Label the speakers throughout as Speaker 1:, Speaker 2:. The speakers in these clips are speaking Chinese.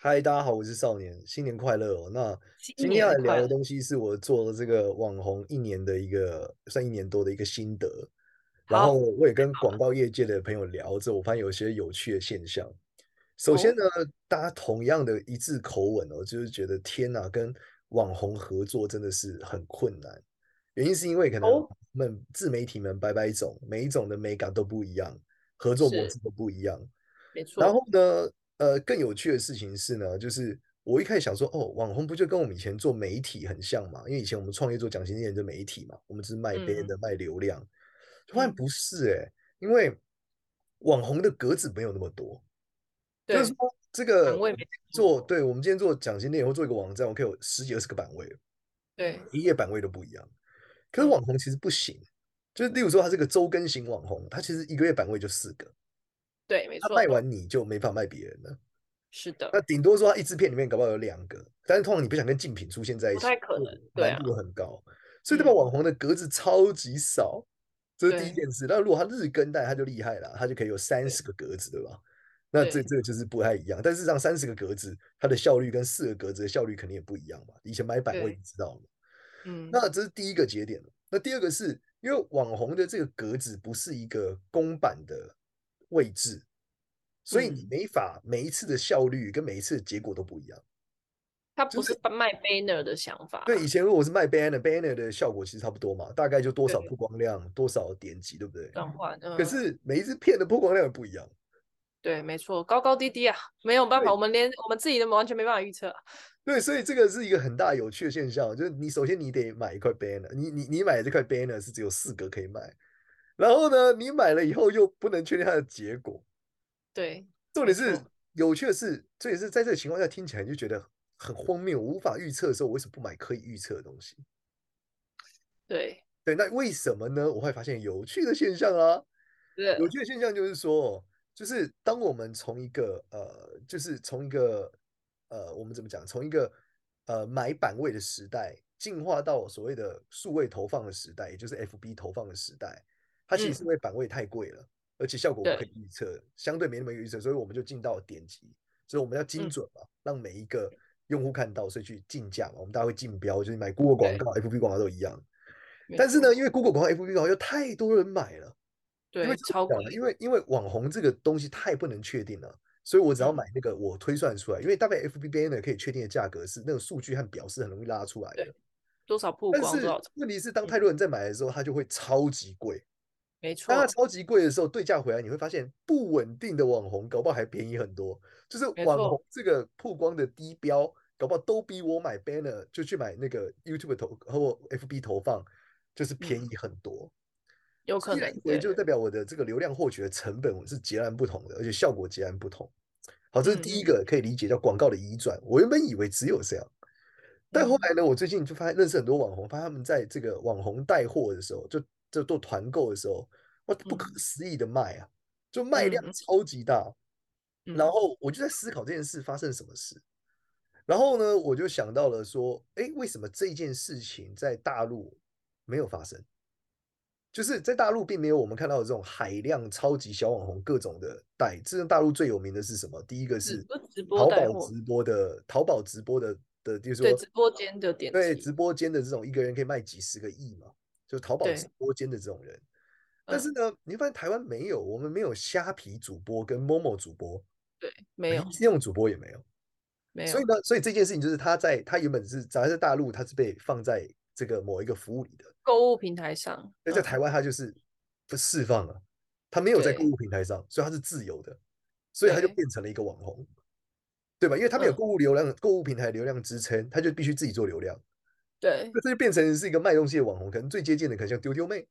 Speaker 1: 嗨，大家好，我是少年，新年快乐哦！那今
Speaker 2: 新
Speaker 1: 天要来
Speaker 2: 年快啊
Speaker 1: 聊
Speaker 2: 乐
Speaker 1: 的东西是我做了这个网红一年的一个，算一年多的一个心得。然
Speaker 2: 好
Speaker 1: 后我也跟广告业界的朋友聊着，我发现有些有趣的现象。首先
Speaker 2: 哦
Speaker 1: 呢，大家同样的一致口吻哦，就是觉得天哪，跟网红合作真的是很困难。原因是因为可能
Speaker 2: 哦
Speaker 1: 我们自媒体们百百种，每一种的美感都不一样，合作模
Speaker 2: 是
Speaker 1: 式都不一样。
Speaker 2: 没错，
Speaker 1: 然后呢，呃，更有趣的事情是呢，就是我一开始想说，哦，网红不就跟我们以前做媒体很像嘛？因为以前我们创业做讲经纪人的媒体嘛，我们只是卖别人的、卖流量，就发现
Speaker 2: 嗯
Speaker 1: 不是诶、因为网红的格子没有那么多，就
Speaker 2: 对
Speaker 1: 是说这个
Speaker 2: 位
Speaker 1: 我
Speaker 2: 没
Speaker 1: 做，对，我们今天做讲经纪人或做一个网站，我可以有十几二十个版位，
Speaker 2: 对
Speaker 1: 一页版位都不一样。可是
Speaker 2: 嗯
Speaker 1: 网红其实不行，就是例如说他是个周更型网红，他其实一个月版位就四个，
Speaker 2: 对，没
Speaker 1: 他
Speaker 2: 错，
Speaker 1: 卖呃完你就没法卖别人了。
Speaker 2: 是的，
Speaker 1: 那顶多说它一支片里面搞不好有两个，但是通常你不想跟竞品出现在一
Speaker 2: 不
Speaker 1: 起，
Speaker 2: 太可
Speaker 1: 就
Speaker 2: 能对
Speaker 1: 难
Speaker 2: 啊
Speaker 1: 度很高，所以对吧？
Speaker 2: 嗯
Speaker 1: 网红的格子超级少，这是第一
Speaker 2: 对
Speaker 1: 件事。那如果他日更，但他就厉害了，他就可以有三十个格子，对吧？那这
Speaker 2: 对
Speaker 1: 这个就是不太一样，但事实上三十个格子，它的效率跟四个格子的效率肯定也不一样嘛。以前买版位
Speaker 2: 对
Speaker 1: 你知道嘛？
Speaker 2: 嗯，
Speaker 1: 那这是第一个节点了。那第二个是因为网红的这个格子不是一个公版的位置，所以你
Speaker 2: 嗯
Speaker 1: 没法每一次的效率跟每一次的结果都不一样。
Speaker 2: 他不
Speaker 1: 就是
Speaker 2: 是卖 banner 的想法，
Speaker 1: 对，以前如果是卖 banner，banner 的效果其实差不多嘛，大概就多少
Speaker 2: 对
Speaker 1: 曝光量、多少点击，对不对？
Speaker 2: 转换，嗯，
Speaker 1: 可是每一支片的曝光量也不一样，
Speaker 2: 对，没错，高高低低啊，没有办
Speaker 1: 对
Speaker 2: 法，我们连我们自己都完全没办法预测，
Speaker 1: 对，所以这个是一个很大有趣的现象，就是你首先你得买一块 banner，你你你买这块 banner 是只有四个可以卖，然后呢，你买了以后又不能确定它的结果，
Speaker 2: 对，
Speaker 1: 重点
Speaker 2: 没
Speaker 1: 是
Speaker 2: 错
Speaker 1: 有趣的是，重点是在这个情况下听起来你就觉得很荒谬、无法预测的时候，我为什么不买可以预测的东西？
Speaker 2: 对，
Speaker 1: 对，那为什么呢？我会发现有趣的现象啊，
Speaker 2: 是
Speaker 1: 有趣的现象就是说，就是当我们从一个呃，就是从一个呃，我们怎么讲，从一个呃买版位的时代进化到所谓的数位投放的时代，也就是 FB 投放的时代，它
Speaker 2: 嗯
Speaker 1: 其实是因为版位太贵了，而且效果不可以预测，相对没那么预测，所以我们就进到点击，所以我们要精
Speaker 2: 嗯
Speaker 1: 准嘛，让每一个用户看到，所以去竞价嘛，我们大家会竞标，就是买 Google 广
Speaker 2: 对
Speaker 1: 告、FB 广告都一样。
Speaker 2: 没
Speaker 1: 但是
Speaker 2: 错
Speaker 1: 呢，因为 Google 广告、FB 广告有太多人买了。因为
Speaker 2: 对，
Speaker 1: 就是
Speaker 2: 超
Speaker 1: 这
Speaker 2: 过
Speaker 1: 样的因为因为网红这个东西太不能确定了，所以我只要
Speaker 2: 嗯
Speaker 1: 买那个我推算出来，因为大概 FB banner 可以确定的价格是那个数据和表是很容易拉出来的
Speaker 2: 对。多少曝
Speaker 1: 但
Speaker 2: 光
Speaker 1: 是
Speaker 2: 多少，
Speaker 1: 问题是，当
Speaker 2: 嗯
Speaker 1: 太多人在买的时候，它就会超级贵。
Speaker 2: 没
Speaker 1: 当它
Speaker 2: 错，
Speaker 1: 超级贵的时候，对价回来，你会发现不稳定的网红搞不好还便宜很多。就是
Speaker 2: 没
Speaker 1: 网
Speaker 2: 错
Speaker 1: 红这个曝光的低标，搞不好都比我买 banner 就去买那个 YouTube 投或 FB 投放，就是便
Speaker 2: 嗯
Speaker 1: 宜很多。
Speaker 2: 有可
Speaker 1: 一来
Speaker 2: 能
Speaker 1: 一回
Speaker 2: 对，
Speaker 1: 就代表我的这个流量获取的成本是截然不同的，而且效果截然不同。好，
Speaker 2: 嗯
Speaker 1: 这是第一个可以理解叫广告的移转。我原本以为只有这样，但后
Speaker 2: 嗯
Speaker 1: 来呢，我最近就发现认识很多网红，发现他们在这个网红带货的时候，就就做团购的时候，哇，不可思议的卖啊，就卖量
Speaker 2: 嗯嗯嗯
Speaker 1: 超级大。
Speaker 2: 嗯
Speaker 1: 然后我就在思考这件事发生什么事。然后呢，我就想到了说，哎，为什么这件事情在大陆没有发生？就是在大陆并没有我们看到的这种海量超级小网红各种的带。这大陆最有名的是什么？第一个
Speaker 2: 直
Speaker 1: 是
Speaker 2: 播直播
Speaker 1: 淘
Speaker 2: 带
Speaker 1: 宝
Speaker 2: 货，
Speaker 1: 直播的，淘宝直播的的，就是
Speaker 2: 对
Speaker 1: 说
Speaker 2: 直播间的点
Speaker 1: 对
Speaker 2: 击
Speaker 1: 直播间的这种一个人可以卖几十个亿嘛，就淘宝
Speaker 2: 对
Speaker 1: 直播间的这种人。但
Speaker 2: 嗯
Speaker 1: 是呢，你会发现台湾没有，我们没有虾皮主播跟 Momo 主播，
Speaker 2: 对，没有
Speaker 1: 信用主播也没有。
Speaker 2: 没
Speaker 1: 所以
Speaker 2: 有，
Speaker 1: 呢，所以这件事情就是他在他原本是早在大陆，他是被放在这个某一个服务里的，
Speaker 2: 购物平台上，
Speaker 1: 那在
Speaker 2: 嗯
Speaker 1: 台湾他就是不释放了，他没有在购
Speaker 2: 对
Speaker 1: 物平台上，所以他是自由的，所以他就
Speaker 2: 对
Speaker 1: 变成了一个网红，对吧？因为他们有
Speaker 2: 嗯
Speaker 1: 购物流量、购物平台流量支撑，他就必须自己做流量，
Speaker 2: 对
Speaker 1: 那这就变成是一个卖东西的网红，可能最接近的可能像丢丢妹，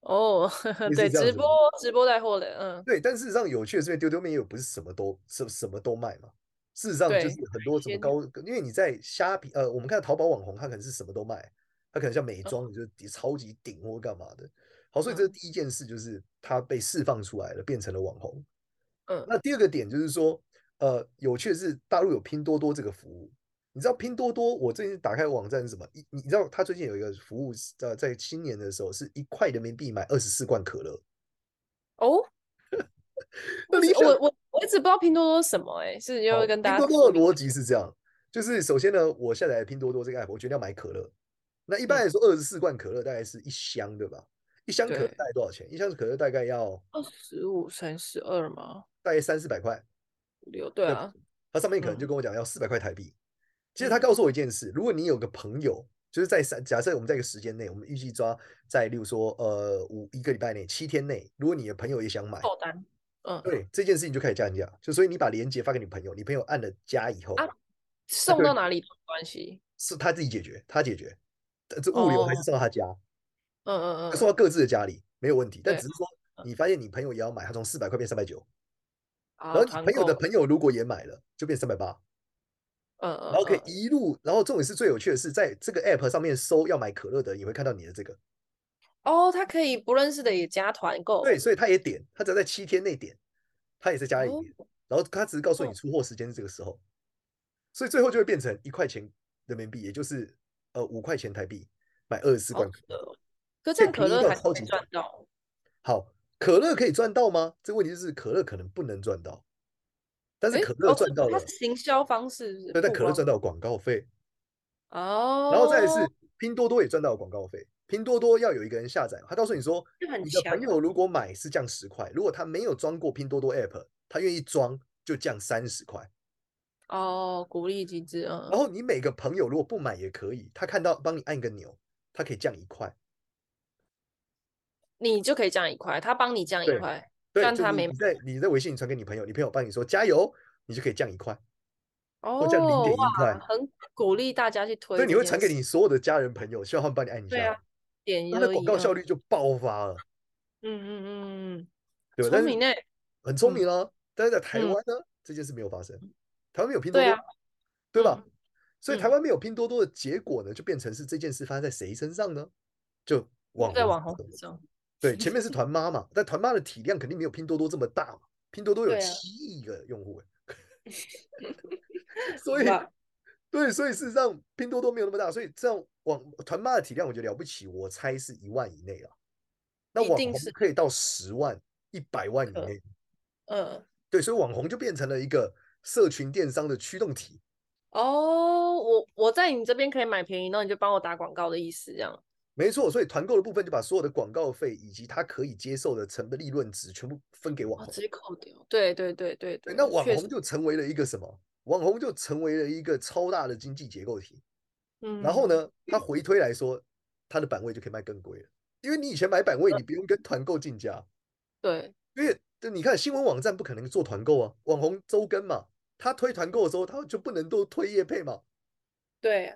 Speaker 2: 哦，
Speaker 1: 类似
Speaker 2: 对
Speaker 1: 这样
Speaker 2: 直
Speaker 1: 子
Speaker 2: 播直播带货的，嗯，
Speaker 1: 对。但事实上有趣的是，因为丢丢妹也有不是什么都什什么都卖嘛，事实上就
Speaker 2: 对
Speaker 1: 是很多什么
Speaker 2: 鲜
Speaker 1: 高，因为你在虾皮，呃，我们看淘宝网红，他可能是什么都卖，他可能像
Speaker 2: 嗯
Speaker 1: 美妆，就是底超级顶或干嘛的。好，所以这是第一件事，就是他被释放出来了，变成了网红。
Speaker 2: 嗯
Speaker 1: 那第二个点就是说，呃，有趣的是大陆有拼多多这个服务。你知道拼多多，我最近打开网站是什么？一你知道它最近有一个服务是，呃，在新年的时候是一块人民币买二十四罐可乐。
Speaker 2: 哦，
Speaker 1: 那你想
Speaker 2: 我我我一直不知道拼多多是什么哎、是
Speaker 1: 好
Speaker 2: 要跟大家
Speaker 1: 拼多多的
Speaker 2: 说明
Speaker 1: 逻辑是这样，就是首先呢，我下载拼多多这个 app，我决定要买可乐。那
Speaker 2: 嗯
Speaker 1: 一般来说，二十四罐可乐大概是一箱，对吧？一箱可乐
Speaker 2: 对
Speaker 1: 大概多少钱？一箱可乐大概要
Speaker 2: 二十五乘十二吗？
Speaker 1: 大概三四百块，
Speaker 2: 五六对啊，
Speaker 1: 它上面可能就
Speaker 2: 嗯
Speaker 1: 跟我讲要四百块台币。其实他
Speaker 2: 嗯
Speaker 1: 告诉我一件事，如果你有个朋友，就是在三，假设我们在一个时间内，我们预计抓在，例如说，呃，五一个礼拜内，七天内，如果你的朋友也想买，
Speaker 2: 凑单。嗯，
Speaker 1: 对这件事情就可以降价。就所以你把链接发给你朋友，你朋友按了加以后，
Speaker 2: 啊送
Speaker 1: 对
Speaker 2: 到哪里都没关系。
Speaker 1: 是他自己解决，他解决，呃这物流还是
Speaker 2: 哦
Speaker 1: 送到他家，
Speaker 2: 嗯嗯
Speaker 1: 送
Speaker 2: 嗯，
Speaker 1: 到各自的家里没有问题。但
Speaker 2: 对嗯
Speaker 1: 只是说你发现你朋友也要买，他从四百块变三百九，
Speaker 2: 然
Speaker 1: 然后你
Speaker 2: 啊团
Speaker 1: 朋友的
Speaker 2: 购
Speaker 1: 朋友如果也买了，就变三百八，
Speaker 2: 嗯嗯，
Speaker 1: 然后可以
Speaker 2: 嗯
Speaker 1: 一路，然后重点是最有趣的是，在这个 app 上面搜要买可乐的，你会看到你的这个，
Speaker 2: 哦，他可以不认识的也加团购。
Speaker 1: 对，所以他也点，他只要在七天内点，他也在家里
Speaker 2: 哦
Speaker 1: 点，然后他只是告诉你
Speaker 2: 哦
Speaker 1: 出货时间是这个时候，所以最后就会变成一块钱人民币，也就是呃五块钱台币买二十四
Speaker 2: 好
Speaker 1: 罐可乐。
Speaker 2: 扯哦
Speaker 1: 所
Speaker 2: 可这
Speaker 1: 以
Speaker 2: 样可
Speaker 1: 便宜
Speaker 2: 乐
Speaker 1: 到
Speaker 2: 还是
Speaker 1: 超
Speaker 2: 可以
Speaker 1: 级
Speaker 2: 赚到。
Speaker 1: 好，可乐可以赚到吗？这个问题就是可乐可能不能赚到，但是
Speaker 2: 诶
Speaker 1: 可乐
Speaker 2: 哦
Speaker 1: 赚
Speaker 2: 是
Speaker 1: 到
Speaker 2: 它
Speaker 1: 了，
Speaker 2: 是行销方式是不是，
Speaker 1: 对，但
Speaker 2: 曝
Speaker 1: 可乐赚
Speaker 2: 光
Speaker 1: 到了广告费，
Speaker 2: 哦，
Speaker 1: 然后再来是拼多多也赚到了广告费。拼多多要有一个人下载，他告诉你说，
Speaker 2: 这很
Speaker 1: 你的朋
Speaker 2: 强啊
Speaker 1: 友如果买是降十块，如果他没有装过拼多多 app，他愿意装就降三十块。
Speaker 2: 哦，鼓励机制，嗯，
Speaker 1: 然后你每个朋友如果不买也可以，他看到帮你按个钮，他可以降一块。
Speaker 2: 你就可以降一块，他帮你降一
Speaker 1: 对
Speaker 2: 块，
Speaker 1: 对，
Speaker 2: 但
Speaker 1: 就
Speaker 2: 他
Speaker 1: 你
Speaker 2: 没
Speaker 1: 你在你在微信传给你朋友，你朋友帮你说加油，你就可以降一块，或降零
Speaker 2: 哦，
Speaker 1: 点
Speaker 2: 哇，
Speaker 1: 一块。
Speaker 2: 很鼓励大家去推
Speaker 1: 所以
Speaker 2: 这
Speaker 1: 你会
Speaker 2: 件
Speaker 1: 传给
Speaker 2: 事
Speaker 1: 你所有的家人朋友，希望他们帮你按一
Speaker 2: 对
Speaker 1: 下
Speaker 2: 啊，点
Speaker 1: 那它的
Speaker 2: 而
Speaker 1: 广
Speaker 2: 已
Speaker 1: 告
Speaker 2: 嗯
Speaker 1: 效率就爆发了，
Speaker 2: 嗯嗯嗯嗯
Speaker 1: 对吧？但
Speaker 2: 嗯，聪
Speaker 1: 是
Speaker 2: 明呢，
Speaker 1: 很聪明
Speaker 2: 嗯
Speaker 1: 啊，但是在台
Speaker 2: 嗯
Speaker 1: 湾呢，这件事没有发生，台湾没有拼多
Speaker 2: 对
Speaker 1: 多
Speaker 2: 啊，
Speaker 1: 对吧？
Speaker 2: 嗯
Speaker 1: 所以台
Speaker 2: 嗯
Speaker 1: 湾没有拼多多的结果呢，就变成是这件事发生在谁身上呢？就网
Speaker 2: 在
Speaker 1: 红
Speaker 2: 网
Speaker 1: 身
Speaker 2: 红
Speaker 1: 上
Speaker 2: 身上，
Speaker 1: 对，前面是团妈嘛，但团妈的体量肯定没有拼多多这么大嘛，拼多多有
Speaker 2: 对啊
Speaker 1: 七亿个用 户欸，所以
Speaker 2: 哇
Speaker 1: 对，所以事实上拼多多没有那么大，所以这样网团妈的体量我觉得了不起，我猜是一万以内了。那
Speaker 2: 一
Speaker 1: 网
Speaker 2: 定
Speaker 1: 红
Speaker 2: 是
Speaker 1: 可以到十万、一百万以
Speaker 2: 可
Speaker 1: 内，
Speaker 2: 嗯。
Speaker 1: 对，所以网红就变成了一个社群电商的驱动体。
Speaker 2: 哦，我我在你这边可以买便宜，那你就帮我打广告的意思，这样。
Speaker 1: 没错，所以团购的部分就把所有的广告费以及他可以接受的成本利润值全部分给网
Speaker 2: 哦，
Speaker 1: 红。
Speaker 2: 直接扣掉。对对对
Speaker 1: 对，
Speaker 2: 对对，
Speaker 1: 那网
Speaker 2: 确
Speaker 1: 红
Speaker 2: 实，
Speaker 1: 就成为了一个什么？网红就成为了一个超大的经济结构体。
Speaker 2: 嗯，
Speaker 1: 然后呢，它回推来说，它的版位就可以卖更贵了，因为你以前买版位，你不用跟团购竞价。
Speaker 2: 对，
Speaker 1: 因为就你看新闻网站不可能做团购啊，网红周更嘛，他推团购的时候，他就不能都推业配嘛，
Speaker 2: 对，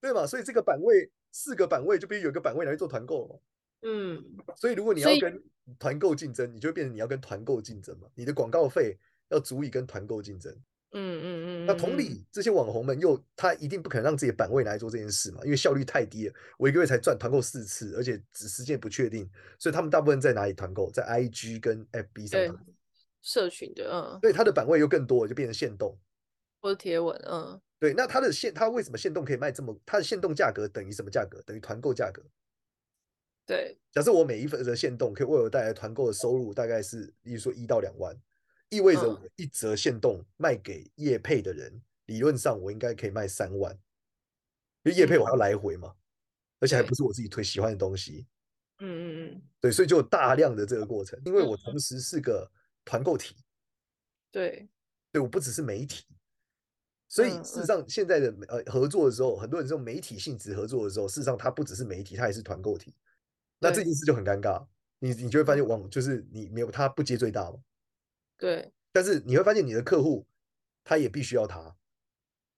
Speaker 1: 对嘛？所以这个版位四个版位就必须有一个版位来做团购了嘛。
Speaker 2: 嗯，
Speaker 1: 所以如果你
Speaker 2: 所
Speaker 1: 要
Speaker 2: 以
Speaker 1: 跟团购竞争，你就会变成你要跟团购竞争嘛，你的广告费要足以跟团购竞争。
Speaker 2: 嗯嗯嗯，
Speaker 1: 那同
Speaker 2: 嗯，
Speaker 1: 理，这些网红们又他一定不可能让自己的版位拿来做这件事嘛，因为效率太低了。我一个月才赚团购四次，而且只时间不确定，所以他们大部分在哪里团购，在 IG 跟 FB 上
Speaker 2: 对
Speaker 1: 团购，
Speaker 2: 社群的，嗯，
Speaker 1: 所以他的版位又更多了，就变成限动。
Speaker 2: 或者贴文，嗯，
Speaker 1: 对，那它的限，它为什么限动可以卖这么？它的限动价格等于什么价格？等于团购价格。
Speaker 2: 对，
Speaker 1: 假设我每一份的限动可以为我带来团购的收入大概是，例如说一到两万，意味着
Speaker 2: 嗯
Speaker 1: 我一则限动卖给业配的人，理论上我应该可以卖三万，因为业配我还要来回嘛，而且还
Speaker 2: 嗯对
Speaker 1: 不是我自己推喜欢的东西，
Speaker 2: 嗯嗯嗯，
Speaker 1: 对，所以就有大量的这个过程。因为
Speaker 2: 嗯
Speaker 1: 我同时是个团购体，
Speaker 2: 对，
Speaker 1: 对，我不只是媒体，所以
Speaker 2: 嗯
Speaker 1: 事实
Speaker 2: 嗯
Speaker 1: 上现在的呃合作的时候，很多人是用媒体性质合作的时候，事实上它不只是媒体，它也是团购体。那这
Speaker 2: 对
Speaker 1: 件事就很尴尬，你你就会发现网就是你没有它不接最大嘛，
Speaker 2: 对，
Speaker 1: 但是你会发现你的客户他也必须要它，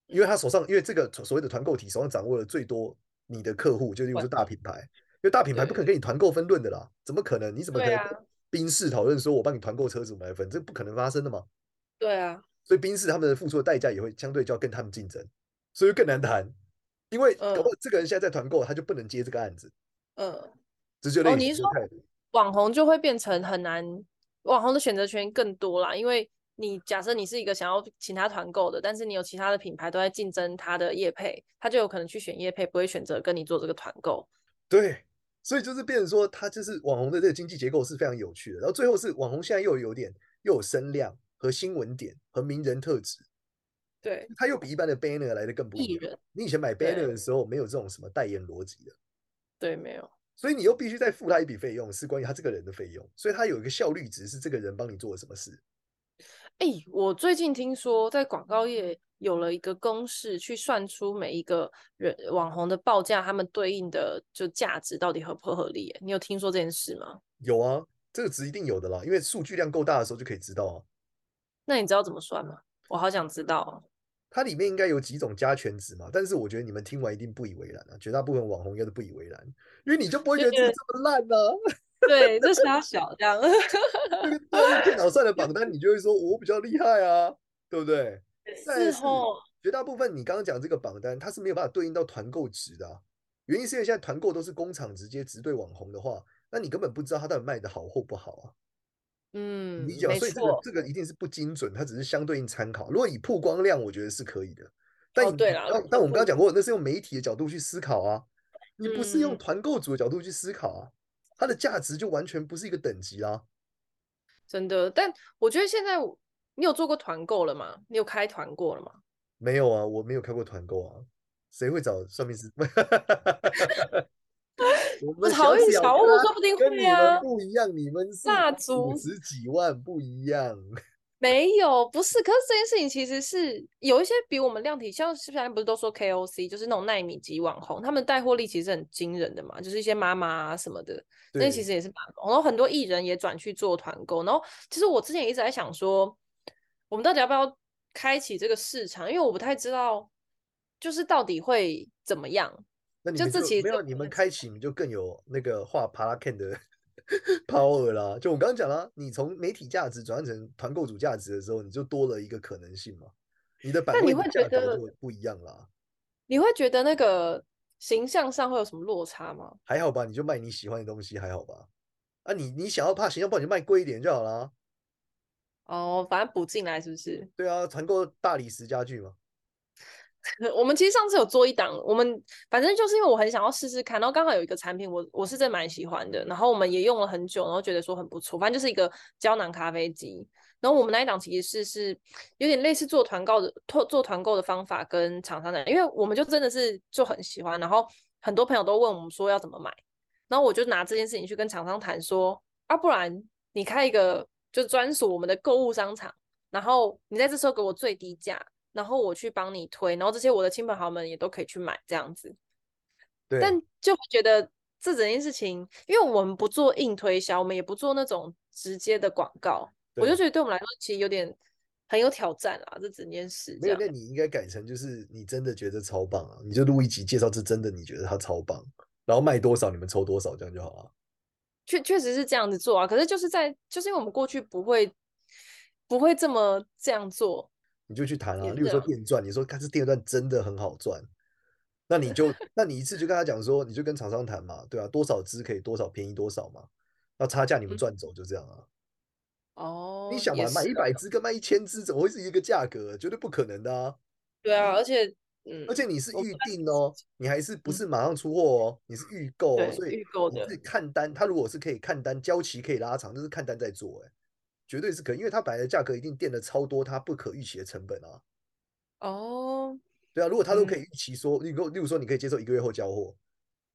Speaker 1: 因
Speaker 2: 嗯
Speaker 1: 为他手上因为这个所所谓的团购体手上掌握了最多你的客户，就例如说
Speaker 2: 管
Speaker 1: 大品牌，因为大品牌不
Speaker 2: 对
Speaker 1: 可能跟你团购分论的啦，怎么可能？你怎么可
Speaker 2: 对
Speaker 1: 能
Speaker 2: 啊
Speaker 1: 跟宾士讨论说我帮你团购车子我们来分，这不可能发生的嘛。
Speaker 2: 对啊，
Speaker 1: 所以宾士他们的付出的代价也会相对就要跟他们竞争，所以就更难谈。因为搞不好这个人现在在团购，他就不能接这个案子，
Speaker 2: 嗯，
Speaker 1: 这就
Speaker 2: 哦
Speaker 1: 类
Speaker 2: 你
Speaker 1: 似
Speaker 2: 是
Speaker 1: 心
Speaker 2: 说
Speaker 1: 态的
Speaker 2: 网红就会变成很难，网红的选择权更多啦，因为你假设你是一个想要请他团购的，但是你有其他的品牌都在竞争他的业配，他就有可能去选业配，不会选择跟你做这个团购。
Speaker 1: 对，所以就是变成说，他就是网红的这个经济结构是非常有趣的。然后最后是网红现在又有点又有声量和新闻点和名人特质，
Speaker 2: 对，
Speaker 1: 它又比一般的 banner 来的更不一
Speaker 2: 艺
Speaker 1: 样。
Speaker 2: 人
Speaker 1: 你以前买
Speaker 2: 对
Speaker 1: banner 的时候没有这种什么代言逻辑的，
Speaker 2: 对没有，
Speaker 1: 所以你又必须再付他一笔费用，是关于他这个人的费用，所以他有一个效率值是这个人帮你做了什么事。
Speaker 2: 哎、我最近听说在广告业有了一个公式，去算出每一个人网红的报价，他们对应的就价值到底合不合理耶？你有听说这件事吗？
Speaker 1: 有啊，这个值一定有的啦，因为数据量够大的时候就可以知道啊。
Speaker 2: 那你知道怎么算吗？我好想知道哦。
Speaker 1: 它里面应该有几种加权值嘛，但是我觉得你们听完一定不以为然啊，绝大部分网红应该都不以为然，因为你就不会觉
Speaker 2: 就
Speaker 1: 得自己
Speaker 2: 觉得
Speaker 1: 这么烂呢、
Speaker 2: 对，这小小这样。
Speaker 1: 那个对于电脑上的榜单，你就会说我比较厉害啊，对不对？但
Speaker 2: 是
Speaker 1: 是
Speaker 2: 哦，
Speaker 1: 绝大部分你刚刚讲这个榜单，它是没有办法对应到团购值的啊、原因是因为现在团购都是工厂直接直对网红的话，那你根本不知道它到底卖的好或不好啊。
Speaker 2: 嗯，
Speaker 1: 你讲，
Speaker 2: 没
Speaker 1: 啊所以这个
Speaker 2: 错，
Speaker 1: 这个一定是不精准，它只是相对应参考。如果以曝光量，我觉得是可以的。但
Speaker 2: 哦
Speaker 1: 你
Speaker 2: 对
Speaker 1: 你
Speaker 2: 啦
Speaker 1: 刚
Speaker 2: 如
Speaker 1: 但我们刚刚
Speaker 2: 果
Speaker 1: 讲过，那是用媒体的角度去思考啊，你不是用
Speaker 2: 嗯
Speaker 1: 团购组的角度去思考啊，它的价值就完全不是一个等级啊啦。
Speaker 2: 真的。但我觉得现在我你有做过团购了吗？你有开团过了吗？
Speaker 1: 没有啊，我没有开过团购啊，谁会找算命师？ 我
Speaker 2: 我
Speaker 1: 们
Speaker 2: 讨厌
Speaker 1: 小
Speaker 2: 小物，
Speaker 1: 咖
Speaker 2: 说不定
Speaker 1: 跟你
Speaker 2: 会
Speaker 1: 们
Speaker 2: 啊。
Speaker 1: 不一样，你们是
Speaker 2: 蜡
Speaker 1: 五
Speaker 2: 烛
Speaker 1: 十几万不一样。
Speaker 2: 没有，不是。可是这件事情其实是有一些比我们量体，像是现在不是都说 KOC，就是那种奈米级网红，他们带货力其实很惊人的嘛，就是一些妈妈啊什么的，那其
Speaker 1: 对
Speaker 2: 实也是蛮猛。然后很多艺人也转去做团购。然后其实我之前也一直在想说，我们到底要不要开启这个市场？因为我不太知道，就是到底会怎么样。
Speaker 1: 那你
Speaker 2: 就
Speaker 1: 们
Speaker 2: 这
Speaker 1: 就
Speaker 2: 其实
Speaker 1: 没
Speaker 2: 就
Speaker 1: 有你
Speaker 2: 不
Speaker 1: 们
Speaker 2: 能
Speaker 1: 开启，你就更有那个画帕拉 can 的 power 啦。就我刚刚讲啦，你从媒体价值转换成团购主价值的时候，你就多了一个可能性嘛。你的版
Speaker 2: 但
Speaker 1: 位
Speaker 2: 你
Speaker 1: 的
Speaker 2: 会觉
Speaker 1: 价格
Speaker 2: 得
Speaker 1: 就不一样啦。
Speaker 2: 你会觉得那个形象上会有什么落差吗？
Speaker 1: 还好吧，你就卖你喜欢的东西，还好吧？啊你，你想要怕形象不好，你就卖贵一点就好啦。
Speaker 2: 哦，反正补进来是不是？
Speaker 1: 对啊，团购大理石家具嘛。
Speaker 2: 我们其实上次有做一档，我们反正就是因为我很想要试试看，然后刚好有一个产品我我是真蛮喜欢的，然后我们也用了很久，然后觉得说很不错，反正就是一个胶囊咖啡机。然后我们那一档其实是是有点类似做团购的，做做团购的方法跟厂商的，因为我们就真的是就很喜欢，然后很多朋友都问我们说要怎么买，然后我就拿这件事情去跟厂商谈说，啊，不然你开一个就专属我们的购物商场，然后你在这时候给我最低价，然后我去帮你推，然后这些我的亲朋好友们也都可以去买这样子。
Speaker 1: 对，
Speaker 2: 但就会觉得这整件事情，因为我们不做硬推销，我们也不做那种直接的广告，我就
Speaker 1: 对
Speaker 2: 觉得对我们来说其实有点很有挑战啦，这整件事
Speaker 1: 没
Speaker 2: 这
Speaker 1: 有，
Speaker 2: 样
Speaker 1: 那。你应该改成就是你真的觉得超棒啊，你就录一集介绍这真的你觉得它超棒，然后卖多少你们抽多少，这样就好了。
Speaker 2: 确确实是这样子做啊，可是就是在就是因为我们过去不会不会这么这样做，
Speaker 1: 你就去谈啊。
Speaker 2: 也
Speaker 1: 例如
Speaker 2: 是
Speaker 1: 说
Speaker 2: 啊
Speaker 1: 电钻，你说看这电钻真的很好赚，那你就那你一次就跟他讲说，你就跟厂商谈嘛，对啊，多少支可以多少便宜多少嘛，那差价你们
Speaker 2: 嗯
Speaker 1: 赚走就这样啊。
Speaker 2: 哦，
Speaker 1: 你想
Speaker 2: 也
Speaker 1: 嘛，卖
Speaker 2: 是
Speaker 1: 一
Speaker 2: 啊
Speaker 1: 百支跟卖一千支怎么会是一个价格？绝对不可能的啊！
Speaker 2: 对啊，而且嗯，
Speaker 1: 而且你是
Speaker 2: 我
Speaker 1: 预
Speaker 2: 本来
Speaker 1: 定哦，你还是不
Speaker 2: 嗯
Speaker 1: 是马上出货哦，你是预购哦，
Speaker 2: 对
Speaker 1: 所以
Speaker 2: 预购
Speaker 1: 你
Speaker 2: 的
Speaker 1: 是看单。他如果是可以看单，交期可以拉长，这是看单在做，哎，绝对是可以，因为他本来的价格一定垫了超多他不可预期的成本啊。
Speaker 2: 哦，
Speaker 1: 对啊，如果他都可
Speaker 2: 嗯
Speaker 1: 以预期说，例如例如说你可以接受一个月后交货，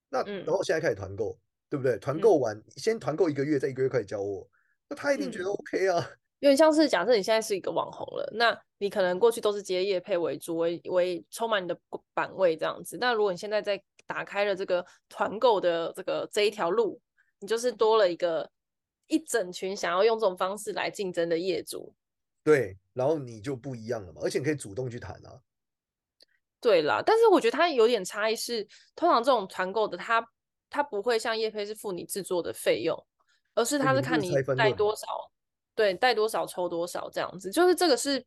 Speaker 1: 那然
Speaker 2: 嗯
Speaker 1: 后现在开始团购，对不对？团
Speaker 2: 嗯
Speaker 1: 购完先团购一个月，再一个月开始交货，那他一定觉得
Speaker 2: 嗯
Speaker 1: OK 啊。
Speaker 2: 有点像是假设你现在是一个网红了，那你可能过去都是接业配为主，为为充满你的广版位这样子。那如果你现在在打开了这个团购的这个这一条路，你就是多了一个一整群想要用这种方式来竞争的业主。
Speaker 1: 对，然后你就不一样了嘛，而且你可以主动去谈啊。
Speaker 2: 对啦，但是我觉得它有点差异是，通常这种团购的它它不会像业配是付你制作的费用，而是
Speaker 1: 对
Speaker 2: 它
Speaker 1: 你们
Speaker 2: 是
Speaker 1: 这
Speaker 2: 看
Speaker 1: 个
Speaker 2: 你
Speaker 1: 拆分
Speaker 2: 带
Speaker 1: 论嘛
Speaker 2: 多少，对，带多少抽多少这样子，就是这个是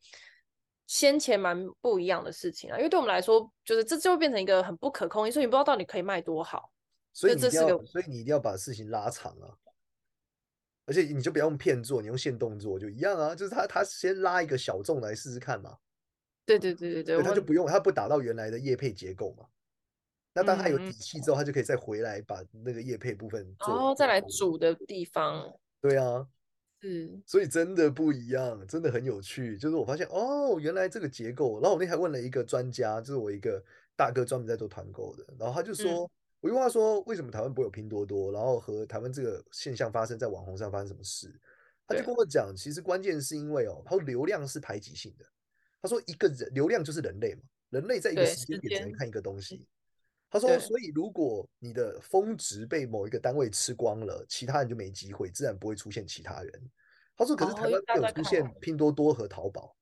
Speaker 2: 先前蛮不一样的事情啊，因为对我们来说，就是这就会变成一个很不可控因素，你不知道到底可以卖多好。
Speaker 1: 所以你
Speaker 2: 这
Speaker 1: 一
Speaker 2: 这
Speaker 1: 定
Speaker 2: 是
Speaker 1: 要，
Speaker 2: 个
Speaker 1: 所以你一定要把事情拉长啊。而且你就不要用片做，你用现动做就一样啊，就是他他先拉一个小众来试试看嘛，
Speaker 2: 对对对对对，
Speaker 1: 对，他
Speaker 2: 我
Speaker 1: 就不用他不打到原来的业配结构嘛。那当他有
Speaker 2: 嗯嗯
Speaker 1: 底气之后，他就可以再回来把那个业配部分
Speaker 2: 然
Speaker 1: 做，
Speaker 2: 后哦再
Speaker 1: 做
Speaker 2: 来
Speaker 1: 好
Speaker 2: 煮的地方
Speaker 1: 对啊，
Speaker 2: 是
Speaker 1: 所以真的不一样，真的很有趣。就是我发现哦，原来这个结构。然后我那天还问了一个专家，就是我一个大哥专门在做团购的，然后
Speaker 2: 嗯
Speaker 1: 他就说，我就问他说，为什么台湾不会有拼多多，然后和台湾这个现象发生在网红上发生什么事？他就
Speaker 2: 对
Speaker 1: 跟我讲，其实关键是因为哦，他说流量是排挤性的。他说一个人流量就是人类嘛，人类在一个
Speaker 2: 对
Speaker 1: 时间
Speaker 2: 时
Speaker 1: 点只能
Speaker 2: 间
Speaker 1: 看一个东西。他说，
Speaker 2: 对
Speaker 1: 所以如果你的峰值被某一个单位吃光了，其他人就没机会，自然不会出现其他人。他说，可是
Speaker 2: 哦
Speaker 1: 台
Speaker 2: 因为
Speaker 1: 湾
Speaker 2: 大
Speaker 1: 没有
Speaker 2: 家
Speaker 1: 出
Speaker 2: 看
Speaker 1: 现
Speaker 2: 完
Speaker 1: 拼多多和淘宝，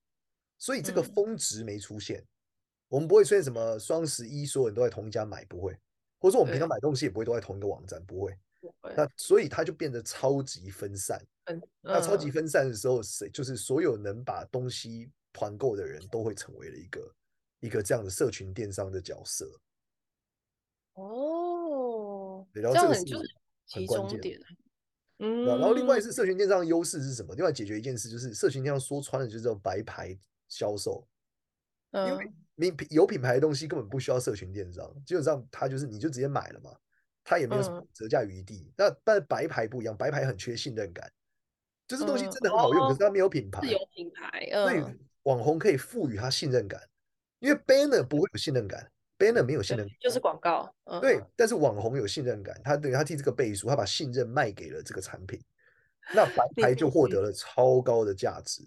Speaker 1: 所以这个
Speaker 2: 嗯
Speaker 1: 峰值没出现。我们不会出现什么双十一所有人都在同一家买，不会，或者说我们平常买东西也不会都在同一个网站，不会。
Speaker 2: 不会
Speaker 1: 那所以它就变得超级分散。
Speaker 2: 很
Speaker 1: 那超级
Speaker 2: 嗯
Speaker 1: 分散的时候，谁就是所有能把东西团购的人都会成为了一个一个这样的社群电商的角色。
Speaker 2: 哦，
Speaker 1: 对然
Speaker 2: 这
Speaker 1: 后这
Speaker 2: 样
Speaker 1: 个
Speaker 2: 很
Speaker 1: 是
Speaker 2: 就是
Speaker 1: 很
Speaker 2: 集
Speaker 1: 关
Speaker 2: 中
Speaker 1: 键
Speaker 2: 点，啊
Speaker 1: 对啊
Speaker 2: 嗯，
Speaker 1: 吧然后另外是社群电商的优势是什么？另外解决一件事就是社群电商说穿了就是叫白牌销售，因为
Speaker 2: 嗯
Speaker 1: 你品有品牌的东西根本不需要社群电商，基本上它就是你就直接买了嘛，它也没有什么
Speaker 2: 嗯
Speaker 1: 折价余地。那但白牌不一样，白牌很缺信任感，就是东西
Speaker 2: 嗯
Speaker 1: 真的很好用，可
Speaker 2: 哦
Speaker 1: 是它没有品牌
Speaker 2: 自，由品牌，
Speaker 1: 所以
Speaker 2: 嗯，
Speaker 1: 网红可以赋予它信任感，因为 banner 不会有信任感，banner 没有信任
Speaker 2: 对
Speaker 1: 感，
Speaker 2: 就是广告，嗯，
Speaker 1: 对，但是网红有信任感，他等于他替这个背书，他把信任卖给了这个产品，那白
Speaker 2: 你
Speaker 1: 牌就获
Speaker 2: 你
Speaker 1: 得了超高的价值。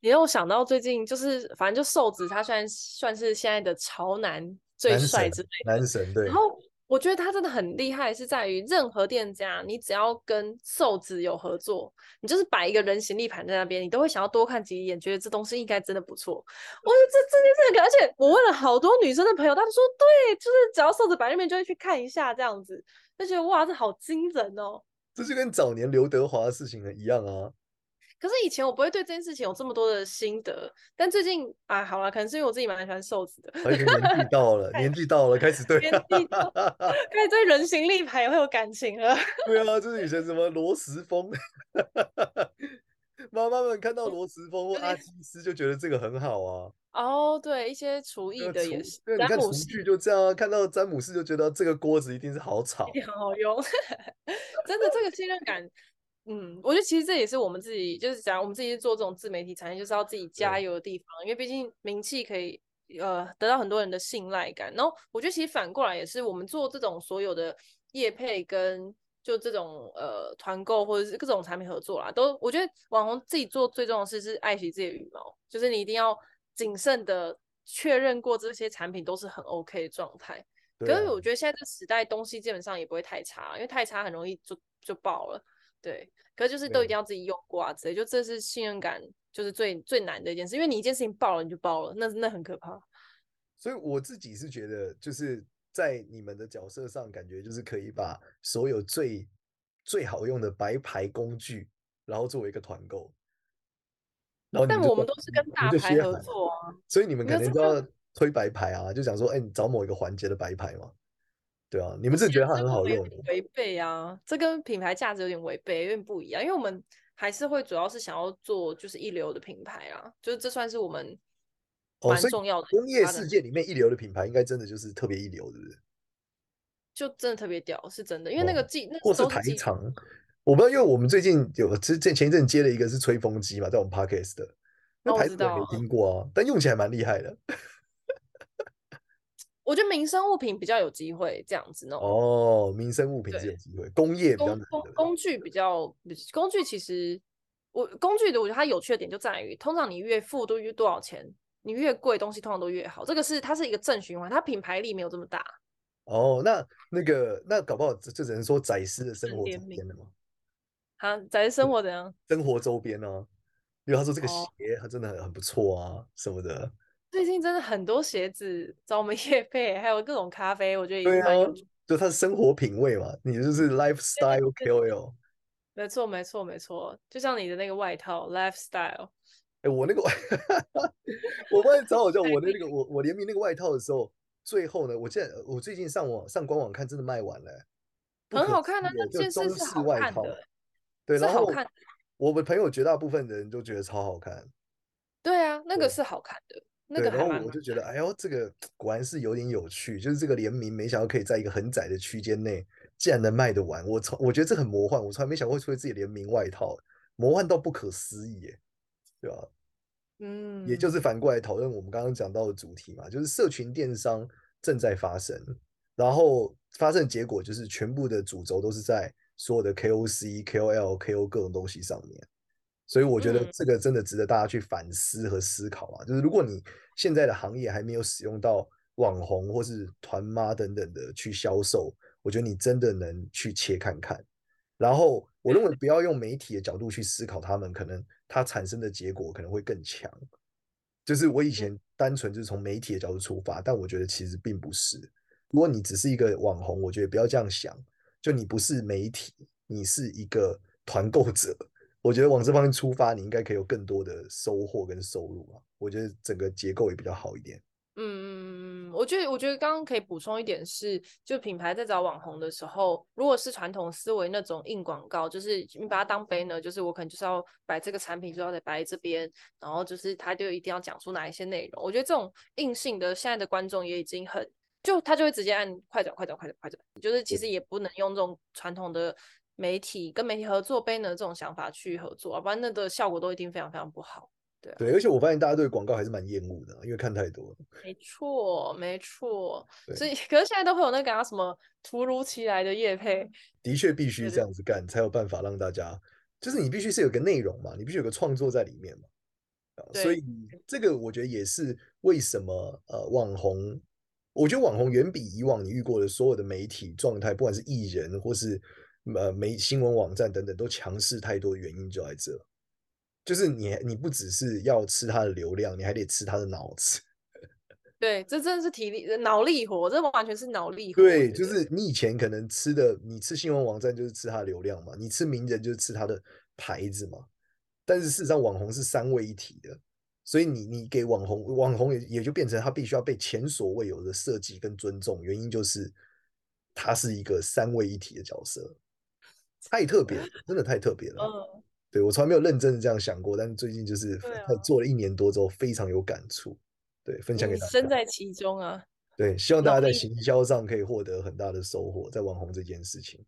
Speaker 2: 你让我想到最近就是，反正就瘦子，他虽然算是现在的潮男最
Speaker 1: 男
Speaker 2: 帅
Speaker 1: 神
Speaker 2: 之类的，
Speaker 1: 男神对
Speaker 2: 然，后我觉得他真的很厉害，是在于任何店家，你只要跟瘦子有合作，你就是摆一个人形立牌在那边，你都会想要多看几眼，觉得这东西应该真的不错。我觉得这这件事很可，而且我问了好多女生的朋友，她们说对，就是只要瘦子摆在那边就会去看一下这样子，就觉得哇，这好惊人哦。
Speaker 1: 这就跟早年刘德华的事情一样啊。
Speaker 2: 可是以前我不会对这件事情有这么多的心得，但最近啊，好了，可能是因为我自己蛮喜欢瘦子的，
Speaker 1: 而且年 纪到了，年纪到了，开始对，
Speaker 2: 年纪 到开始对人形立牌也会有感情了。
Speaker 1: 对啊，就是以前什么罗时丰，妈妈们看到罗时丰或
Speaker 2: 有
Speaker 1: 阿
Speaker 2: 点
Speaker 1: 基斯就觉得这个很好啊。
Speaker 2: 哦，对，一些厨艺
Speaker 1: 那
Speaker 2: 的
Speaker 1: 厨
Speaker 2: 也是，
Speaker 1: 对，你
Speaker 2: 詹
Speaker 1: 看
Speaker 2: 姆
Speaker 1: 厨
Speaker 2: 士
Speaker 1: 具就这样啊，看到詹姆斯就觉得这个锅子一定是好炒
Speaker 2: 一。定很好用，真的这个信任感。嗯，我觉得其实这也是我们自己，就是讲我们自己是做这种自媒体产业，就是要自己加
Speaker 1: 对
Speaker 2: 油的地方，因为毕竟名气可以呃得到很多人的信赖感。然后我觉得其实反过来也是，我们做这种所有的业配跟就这种呃团购或者是各种产品合作啦，都我觉得网红自己做最重要的事是爱惜自己的羽毛，就是你一定要谨慎的确认过这些产品都是很 OK 的状态。
Speaker 1: 对
Speaker 2: 可
Speaker 1: 啊
Speaker 2: 是我觉得现在这时代东西基本上也不会太差，因为太差很容易就就爆了。对，可是就是
Speaker 1: 对
Speaker 2: 都一定要自己用过啊之类，就这是信任感，就是最最难的一件事，因为你一件事情爆了你就爆了，那那很可怕。
Speaker 1: 所以我自己是觉得，就是在你们的角色上，感觉就是可以把所有最最好用的白牌工具，然后作为一个团购，然后你
Speaker 2: 但
Speaker 1: 们就
Speaker 2: 我们
Speaker 1: 都
Speaker 2: 都是跟
Speaker 1: 你们
Speaker 2: 大
Speaker 1: 就
Speaker 2: 牌
Speaker 1: 削
Speaker 2: 合
Speaker 1: 海
Speaker 2: 作啊，
Speaker 1: 所以你们
Speaker 2: 没有
Speaker 1: 肯定
Speaker 2: 这
Speaker 1: 都
Speaker 2: 个
Speaker 1: 要推白牌啊，就想说，哎，你找某一个环节的白牌嘛，对啊，你们
Speaker 2: 我
Speaker 1: 自己觉得它
Speaker 2: 这
Speaker 1: 很
Speaker 2: 跟
Speaker 1: 好
Speaker 2: 我们有
Speaker 1: 用哦
Speaker 2: 点违背啊，这跟品牌价值有点违背，有点不一样，因为我们还是会主要是想要做就是一流的品牌啊，就是这算是我们
Speaker 1: 哦，
Speaker 2: 蛮
Speaker 1: 所以
Speaker 2: 重要的
Speaker 1: 工业
Speaker 2: 发展
Speaker 1: 世界里面一流的品牌，应该真的就是特别一流，对不对？
Speaker 2: 就真的特别屌，是真的，因为那个
Speaker 1: 哦
Speaker 2: 技，那
Speaker 1: 或
Speaker 2: 个
Speaker 1: 是
Speaker 2: 都是
Speaker 1: 台
Speaker 2: 技术。
Speaker 1: 场，我不知道，因为我们最近有之前前一阵接了一个是吹风机嘛，在我们 podcast 的，那
Speaker 2: 哦我
Speaker 1: 牌
Speaker 2: 知
Speaker 1: 子我也没
Speaker 2: 道嗯
Speaker 1: 听过啊，但用起来蛮厉害的。
Speaker 2: 我觉得民生物品比较有机会这样子弄，
Speaker 1: 哦，民生物品是有机会，工业比较
Speaker 2: 工
Speaker 1: 难
Speaker 2: 工
Speaker 1: 的。
Speaker 2: 工具比较，工具其实我工具的，我觉得它有趣的点就在于，通常你越付都越多少钱，你越贵东西通常都越好，这个是它是一个正循环，它品牌力没有这么大，
Speaker 1: 哦，那那个那搞不好就就只能说宰师的生
Speaker 2: 正
Speaker 1: 活
Speaker 2: 联
Speaker 1: 周
Speaker 2: 名
Speaker 1: 边了嘛，
Speaker 2: 它在
Speaker 1: 嗯
Speaker 2: 生活怎样？
Speaker 1: 生活周边呢、因为他说这个鞋
Speaker 2: 哦
Speaker 1: 它真的很很不错啊什么的。
Speaker 2: 最近真的很多鞋子找我们业配，还有各种咖啡，我觉得也
Speaker 1: 对
Speaker 2: 是蛮
Speaker 1: 啊
Speaker 2: 有趣。，
Speaker 1: 就他的生活品味嘛，你就是 lifestyle KOL。
Speaker 2: 没错，没错，没错，就像你的那个外套 lifestyle，
Speaker 1: 哎，我那个外， 我发现找好笑，我的那个我我联名那个外套的时候，最后呢，我竟然我最近上网上官网看，真的卖完了，不
Speaker 2: 很
Speaker 1: 可
Speaker 2: 好
Speaker 1: 思
Speaker 2: 看啊
Speaker 1: 议
Speaker 2: 那
Speaker 1: 耶就
Speaker 2: 件事
Speaker 1: 中
Speaker 2: 是
Speaker 1: 式
Speaker 2: 好
Speaker 1: 外
Speaker 2: 看
Speaker 1: 套
Speaker 2: 的，欸
Speaker 1: 对，
Speaker 2: 是
Speaker 1: 然
Speaker 2: 好
Speaker 1: 后
Speaker 2: 看的
Speaker 1: 我们朋友绝大部分的人都觉得超好看，
Speaker 2: 对啊，那
Speaker 1: 对
Speaker 2: 个是好看的，那
Speaker 1: 对，
Speaker 2: 个
Speaker 1: 然
Speaker 2: 还
Speaker 1: 后
Speaker 2: 蛮
Speaker 1: 我就觉得，哎呦，这个果然是有点有趣，就是这个联名，没想到可以在一个很窄的区间内，竟然能卖得完，我从我觉得这很魔幻，我从来没想过会出自己联名外套，魔幻到不可思议耶，对吧？
Speaker 2: 嗯，
Speaker 1: 也就是反过来讨论我们刚刚讲到的主题嘛，就是社群电商正在发生，然后发生的结果就是全部的主轴都是在所有的 KOC、KOL、KO 各种东西上面，所以我觉得
Speaker 2: 嗯
Speaker 1: 这个真的值得大家去反思和思考啊。就是如果你现在的行业还没有使用到网红或是团妈等等的去销售，我觉得你真的能去切看看。然后我认为不要用媒体的角度去思考他们，可能它产生的结果可能会更强。就是我以前单纯就是从媒体的角度出发，但我觉得其实并不是。如果你只是一个网红，我觉得不要这样想，就你不是媒体，你是一个团购者。我觉得往这方面出发，你应该可以有更多的收获跟收入啊。我觉得整个结构也比较好一点。
Speaker 2: 嗯，我觉得，我觉得刚刚可以补充一点是，就品牌在找网红的时候，如果是传统思维那种硬广告，就是你把它当 banner，就是我可能就是要摆这个产品，就要得摆在这边，然后就是他就一定要讲出哪一些内容。我觉得这种硬性的，现在的观众也已经很，就他就会直接按快转、快转、快转、快转，就是其实也不能用这种传统的媒体跟媒体合作 banner 这种想法去合作，要不然那个效果都一定非常非常不好。
Speaker 1: 对，而且我发现大家对广告还是蛮厌恶的啊，因为看太多了。
Speaker 2: 没错，没错，
Speaker 1: 对
Speaker 2: 所以 可是现在都会有那个、啊、什么突如其来的夜配，
Speaker 1: 的确必须
Speaker 2: 对
Speaker 1: 这
Speaker 2: 对
Speaker 1: 样子干，才有办法让大家，就是你必须是有个内容嘛，你必须有个创作在里面嘛。啊所
Speaker 2: 对
Speaker 1: 以这个我觉得也是为什么呃网红，我觉得网红远比以往你遇过的所有的媒体状态，不管是艺人或是呃媒新闻网站等等，都强势太多，原因就在这，就是你你不只是要吃他的流量，你还得吃他的脑子。
Speaker 2: 对，这真的是体力脑力活，这完全是脑力活。我
Speaker 1: 对，
Speaker 2: 觉
Speaker 1: 就
Speaker 2: 得
Speaker 1: 是你以前可能吃的，你吃新闻网站就是吃它的流量嘛，你吃名人就是吃它的牌子嘛。但是事实上，网红是三位一体的，所以你你给网红，网红也也就变成他必须要被前所未有的设计跟尊重，原因就是他是一个三位一体的角色，太特别了，真的太特别了。
Speaker 2: 嗯，
Speaker 1: 对，我从来没有认真的这样想过，但是最近就是
Speaker 2: 对啊
Speaker 1: 呃做了一年多之后，非常有感触。对，分享给
Speaker 2: 你
Speaker 1: 大家。
Speaker 2: 身在其中啊。
Speaker 1: 对，希望大
Speaker 2: 脑
Speaker 1: 家在
Speaker 2: 力
Speaker 1: 行销上可以获得很大的收获，在网红这件事情。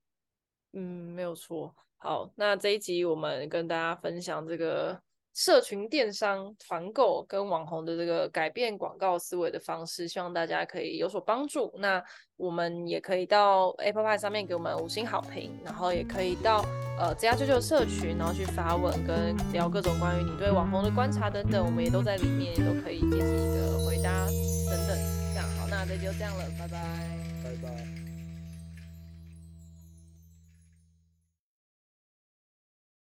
Speaker 2: 嗯，没有错。好，那这一集我们跟大家分享这个社群电商团购跟网红的这个改变广告思维的方式，希望大家可以有所帮助。那我们也可以到 Apple Pie 上面给我们五星好评，然后也可以到呃这家舅舅社群，然后去发文跟聊各种关于你对网红的观察等等，我们也都在里面，也都可以给自己的回答等等。这样好，那这集就这样了，拜拜。
Speaker 1: 拜拜。